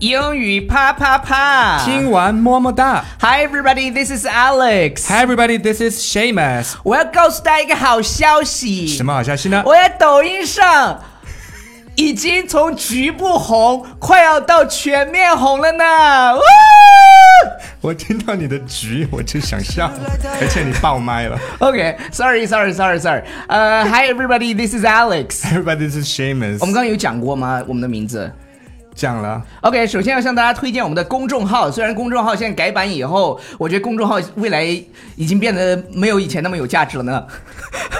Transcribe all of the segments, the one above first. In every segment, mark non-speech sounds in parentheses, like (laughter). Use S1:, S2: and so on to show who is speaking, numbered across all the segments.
S1: 英语啪啪啪。
S2: 听完么么哒。
S1: Hi everybody, this is Alex。
S2: Hi everybody, this is Shamus。
S1: 我要告诉大家一个好消息。
S2: 什么好消息呢？
S1: 我在抖音上已经从局部红快要到全面红了呢。哇
S2: 我听到你的局，我就想
S1: (laughs)
S2: 笑，而且你爆麦了。
S1: OK, sorry, sorry, sorry, sorry. 呃、h i everybody, this is Alex。
S2: Everybody, this is Shamus
S1: 我。们刚刚有讲过吗？我们的名字？
S2: 讲了，
S1: OK，首先要向大家推荐我们的公众号。虽然公众号现在改版以后，我觉得公众号未来已经变得没有以前那么有价值了呢。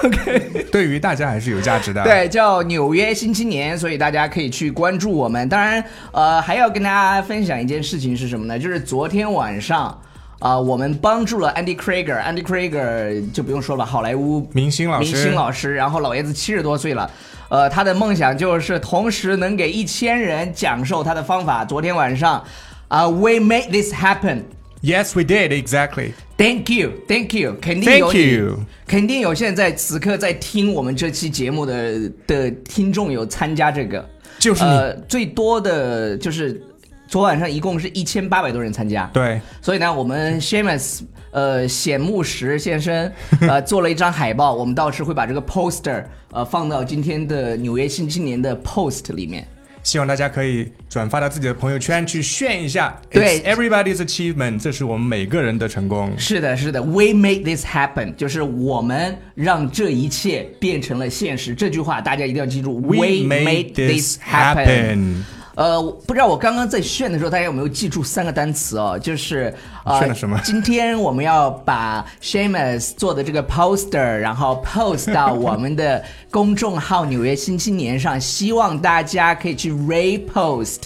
S1: OK，
S2: 对于大家还是有价值的。，
S1: 对，叫纽约新青年，所以大家可以去关注我们。当然，呃，还要跟大家分享一件事情是什么呢？就是昨天晚上，啊、我们帮助了 Andy Krager，Andy Krager 就不用说了，好莱坞
S2: 明星老师，
S1: 明星老师，然后老爷子七十多岁了，呃，他的梦想就是同时能给一千人讲授他的方法。昨天晚上，啊、w e made this happen。
S2: Yes, we did exactly.
S1: Thank you, thank you，肯定有
S2: Thank
S1: 你
S2: you
S1: 肯定有现在此刻在听我们这期节目的的听众有参加这个，
S2: 就是你
S1: 呃，最多的就是昨晚上一共是一千八百多人参加，
S2: 对，
S1: 所以呢，我们 Shamus 呃显木石先
S2: (laughs)
S1: 生呃做了一张海报，我们到时会把这个 poster 呃放到今天的《纽约新青年》的 post 里面。
S2: 希望大家可以转发到自己的朋友圈去炫一下。
S1: 对
S2: It's everybody's achievement，这是我们每个人的成功。
S1: 是的，是的，We made this happen，就是我们让这一切变成了现实。这句话大家一定要记住
S2: made this
S1: happen。
S2: (laughs) happen。
S1: 呃，我不知道我刚刚在炫的时候，大家有没有记住三个单词哦？就是呃，
S2: 炫了什么
S1: 今天我们要把 Shamus 做的这个 poster，然后 post 到我们的公众号《纽约新青年》上，希望大家可以去 repost，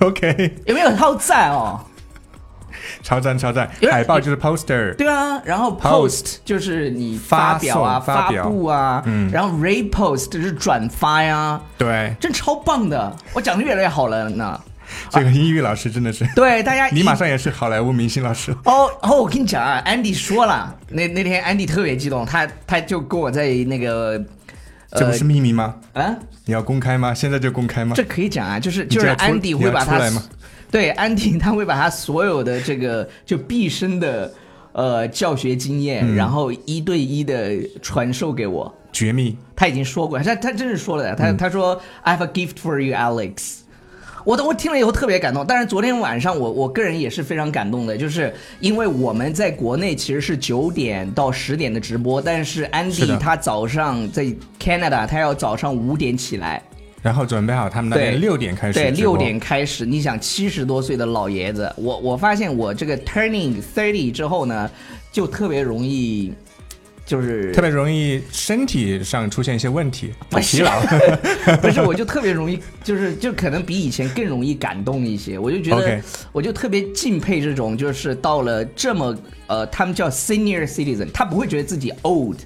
S2: OK，
S1: 有没有好赞哦？
S2: 超赞超赞
S1: 因，为
S2: 海报就是 poster。
S1: 对啊，然后
S2: Post
S1: post 就是你
S2: 发
S1: 发表啊、
S2: 送发表
S1: 布啊，
S2: 嗯
S1: 然后 repost 就是转发呀，
S2: 对，
S1: 真超棒的，我讲的越来越好了呢。
S2: 这个英语老师真的是，
S1: 对大家一，
S2: 你马上也是好莱坞明星老师。
S1: 哦哦，我跟你讲啊，Andy 说了，那那天 Andy 特别激动，他他就跟我在那个，
S2: 这不
S1: 呃
S2: 是秘密吗？
S1: 啊，
S2: 你要公开吗？现在就公开吗？
S1: 这可以讲啊，就是
S2: 你
S1: 就
S2: 这
S1: 是
S2: 样出
S1: Andy 会把
S2: 你要
S1: 他
S2: 出来吗
S1: (laughs) 对 Andy 他会把他所有的这个就毕生的呃教学经验，
S2: 嗯
S1: 然后一对一的传授给我。
S2: 绝密，
S1: 他已经说过，他他真是说了的，他、
S2: 嗯
S1: 他说 I have a gift for you, Alex。我都我听了以后特别感动，但是昨天晚上我我个人也是非常感动的，就是因为我们在国内其实是九点到十点的直播，但是安
S2: 是
S1: 迪
S2: 的
S1: 他早上在 Canada 他要早上五点起来，
S2: 然后准备好他们那
S1: 对，
S2: 边六点开始
S1: 对，
S2: 直
S1: 六
S2: 播
S1: 点开始。你想，七十多岁的老爷子，我我发现我这个 turning thirty 之后呢，就特别容易，就是
S2: 特别容易身体上出现一些问题，
S1: 不是
S2: 疲劳。
S1: (laughs) 不是，我就特别容易，就是就可能比以前更容易感动一些。我就觉得
S2: OK，
S1: 我就特别敬佩这种，就是到了这么呃，他们叫 senior citizen，他不会觉得自己 old，
S2: 不会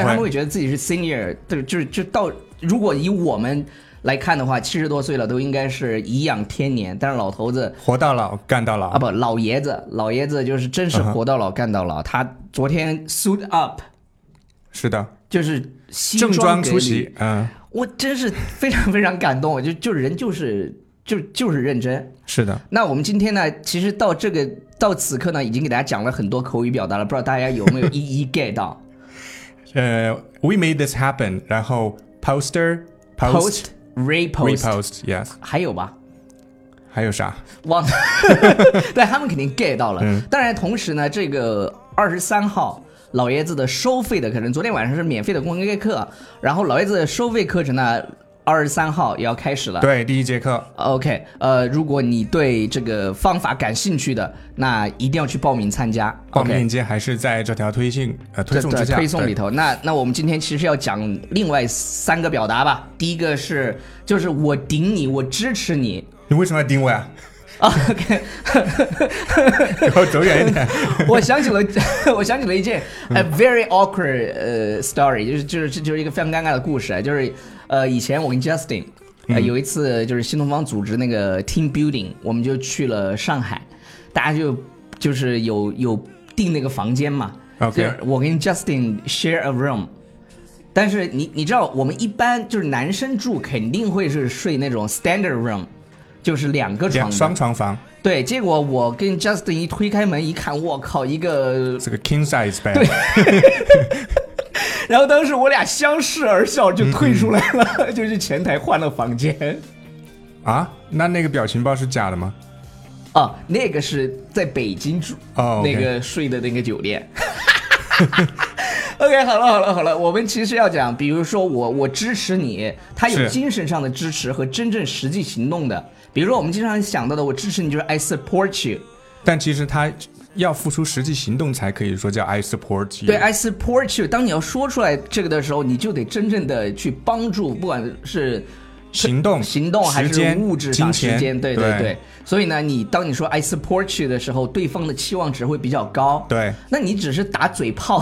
S1: 但他们会觉得自己是 senior，对，就是就到如果以我们来看的话，七十多岁了都应该是颐养天年，但是老头子
S2: 活到老，干到老。
S1: 啊不，老爷子，老爷子就是真是
S2: 嗯哼
S1: 活到老干到老。他昨天 suit up，
S2: 是的，
S1: 就是西
S2: 正装
S1: 给
S2: 出
S1: 你
S2: 席，嗯，
S1: 我真是非常非常感动，我就就人就是就就是认真。
S2: 是的，
S1: 那我们今天呢，其实到这个到此刻呢，已经给大家讲了很多口语表达了，不知道大家有没有一一 get 到
S2: 呃，We made this happen，然后 poster
S1: (laughs) post
S2: post
S1: repost
S2: repost yes，
S1: 还有吧？
S2: 还有啥？
S1: 忘 (laughs) 了，对他们肯定 get 到了。
S2: 嗯
S1: 当然，同时呢，这个二十三号老爷子的收费的课程，昨天晚上是免费的公开课，然后老爷子的收费课程呢，二十三号也要开始了。
S2: 对，第一节课
S1: OK，呃，如果你对这个方法感兴趣的，那一定要去报名参加。
S2: 报名
S1: OK
S2: 链接还是在这条推信呃推
S1: 这
S2: 送
S1: 这
S2: 之下，
S1: 推送
S2: 对
S1: 里头，那那我们今天其实要讲另外三个表达吧。第一个是，就是我顶你，我支持你。 (laughs)
S2: 你为什么要盯我呀？ (laughs)
S1: OK，
S2: 给我走远
S1: (laughs)
S2: 一点。
S1: 我想起了，我想起了一件
S2: 嗯
S1: a very awkward 呃 story，就是就是这就是一个非常尴尬的故事，就是呃以前我跟 Justin 呃
S2: 嗯
S1: 有一次就是新东方组织那个 team building，我们就去了上海，大家就就是有有订那个房间嘛就
S2: OK
S1: 是我跟 Justin share a room。但是你你知道，我们一般就是男生住肯定会是睡那种 standard room，就是两个床
S2: 两
S1: 的
S2: 双床房，
S1: 对，结果我跟 Justin 一推开门一看，我靠，一个
S2: 这个 king size bed，
S1: (laughs) 然后当时我俩相视而笑，就退出来了， (laughs) 就去前台换了房间。
S2: 啊，那那个表情包是假的吗？
S1: 啊，那个是在北京住，
S2: 哦，OK
S1: 那个睡的那个酒店。OK，好了好了好了，我们其实要讲，比如说我我支持你，他有
S2: 是
S1: 精神上的支持和真正实际行动的。比如说我们经常想到的，我支持你就是 I support you，
S2: 但其实他要付出实际行动才可以说叫 I support you。
S1: 对，I support you。当你要说出来这个的时候，你就得真正的去帮助，不管是
S2: 行动、
S1: 行动还
S2: 时
S1: 是
S2: 间、
S1: 物质
S2: 金
S1: 上时
S2: 钱，
S1: 间，对
S2: 对
S1: 对对。所以呢，你当你说 I support you 的时候，对方的期望值会比较高。
S2: 对
S1: 那你只是打嘴炮，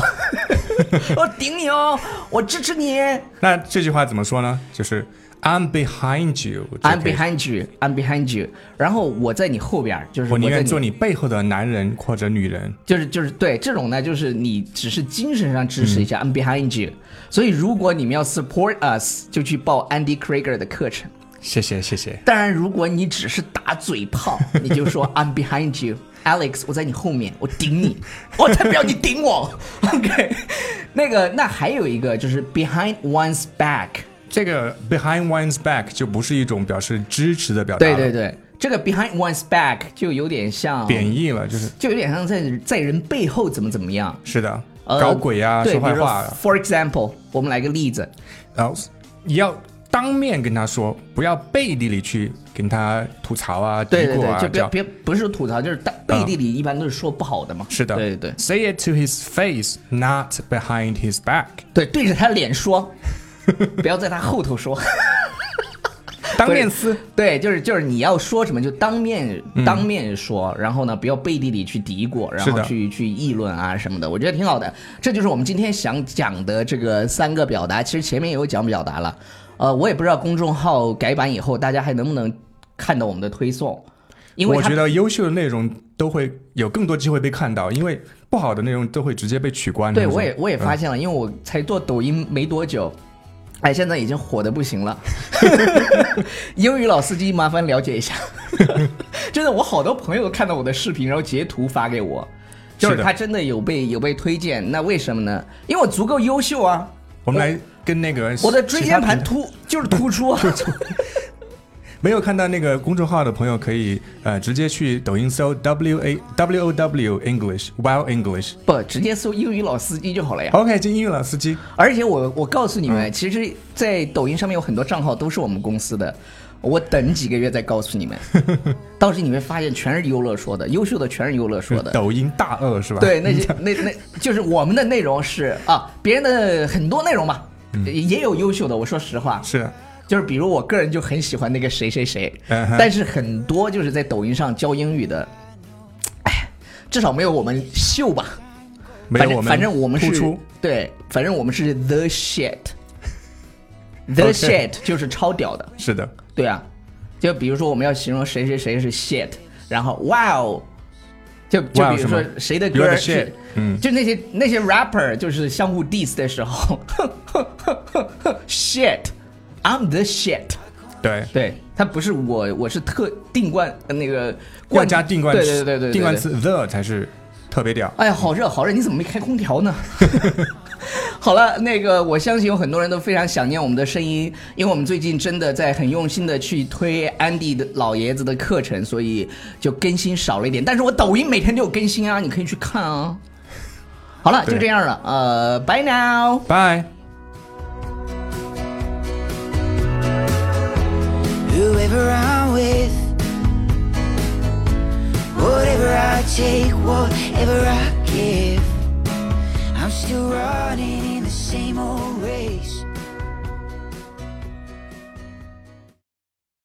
S1: (laughs) 我顶你哦，我支持你
S2: 那这句话怎么说呢？就是 I'm behind you 就可以。
S1: ，I'm behind you，I'm behind you。然后我在你后边儿，就是
S2: 我宁
S1: 在
S2: 愿
S1: 你
S2: 做你背后的男人或者女人。
S1: 就是就是对这种呢，就是你只是精神上支持一下、i m behind you。所以如果你们要 support us，就去报 Andy Krieger 的课程。
S2: 谢谢谢谢。
S1: 当然，如果你只是打嘴炮，你就说 (laughs) I'm behind you。Alex，我在你后面，我顶你，我才不要你顶我。OK，那 (laughs) 个，那还有一个就是 behind one's back，
S2: 这个 behind one's back 就不是一种表示支持的表达
S1: 对
S2: 了，
S1: 对对，这个 behind one's back 就有点像，
S2: 贬义了，就是
S1: 就有点像在在人背后怎么怎么样，
S2: 是的，
S1: 呃
S2: 搞鬼啊，
S1: 对
S2: 说坏话、
S1: 比如
S2: 啊，
S1: 说 For example，我们来个例子，
S2: 然后你要当面跟他说，不要背地里去跟他吐槽啊、嘀
S1: 对对
S2: 咕
S1: 对，
S2: 啊，
S1: 就
S2: 这
S1: 别
S2: 样。
S1: 别不是吐槽，就是大背地里一嗯般都是说不好的嘛。
S2: 是的，
S1: 对对对
S2: ，Say it to his face, not behind his back。
S1: 对，对着他脸说， (laughs) 不要在他后头说。
S2: 当面撕，
S1: 对，就是就是你要说什么就当面、当面说，然后呢不要背地里去嘀咕，然
S2: 是
S1: 后
S2: 的
S1: 去去议论啊什么的，我觉得挺好的。这就是我们今天想讲的这个三个表达，其实前面也有讲表达了。呃，我也不知道公众号改版以后大家还能不能看到我们的推送，因为
S2: 我
S1: 它
S2: 觉得优秀的内容都会有更多机会被看到，因为不好的内容都会直接被取关。
S1: 对
S2: 他们
S1: 我
S2: 说
S1: 也我也发现了，因为我才做抖音没多久。哎，现在已经火的不行了。 (laughs) 英语老司机，麻烦了解一下。 (laughs) 真的，我好多朋友看到我的视频，然后截图发给我，就是是
S2: 的
S1: 他真的有被有被推荐。那为什么呢？因为我足够优秀啊，
S2: 我们来跟那个
S1: 我的椎
S2: 其
S1: 间
S2: 他平
S1: 盘突 (laughs) 就是突出啊。
S2: 没有看到那个公众号的朋友，可以呃直接去抖音搜 W A W O W English Wow English。
S1: 不，直接搜英语老司机就好了呀。
S2: OK，金英语老司机，
S1: 而且我我告诉你
S2: 嗯
S1: 们，其实，在抖音上面有很多账号都是我们公司的，我等几个月再告诉
S2: (laughs)
S1: 你们，到时你会发现全是优乐说的，优秀的全是优乐说
S2: (laughs)
S1: 的。
S2: 抖音大鳄是吧？
S1: 对，那些那那就是我们的内容是啊，别人的很多内容嘛，
S2: 嗯
S1: 也有优秀的。我说实话，
S2: 是
S1: 就是比如我个人就很喜欢那个谁谁谁，
S2: 嗯哼
S1: 但是很多就是在抖音上教英语的，哎，至少没有我们秀吧。
S2: 没
S1: 反
S2: 有
S1: 正
S2: 我们
S1: 反正我们
S2: 突
S1: 是
S2: 出，
S1: 对，反正我们是 the shit。The
S2: OK
S1: shit 就是超屌的，
S2: 是的，
S1: 对啊，就比如说我们要形容谁谁谁是 shit，然后 wow，就就
S2: Wow
S1: 比如说
S2: 哦什么
S1: 谁的
S2: You're
S1: 歌
S2: the
S1: 是
S2: shit，嗯
S1: 就那些那些 rapper 就是相互 diss 的时候 (laughs) ，shit，I'm the shit，
S2: 对，
S1: 对他不是我，我是特定冠呃那个
S2: 要
S1: 冠
S2: 加定冠
S1: 对对对
S2: 词，
S1: 对对对
S2: 定冠词 the 才是特别屌。
S1: 哎呀，好热好热！你怎么没开空调呢？好了，那个我相信有很多人都非常想念我们的声音，因为我们最近真的在很用心的去推安迪的老爷子的课程，所以就更新少了一点。但是我抖音每天都有更新啊，你可以去看啊。好了，
S2: 对
S1: 就这样了，呃，bye now。
S2: Bye。
S3: Whoever I'm with, whatever I take, whatever I give, I'm still running in the same old race.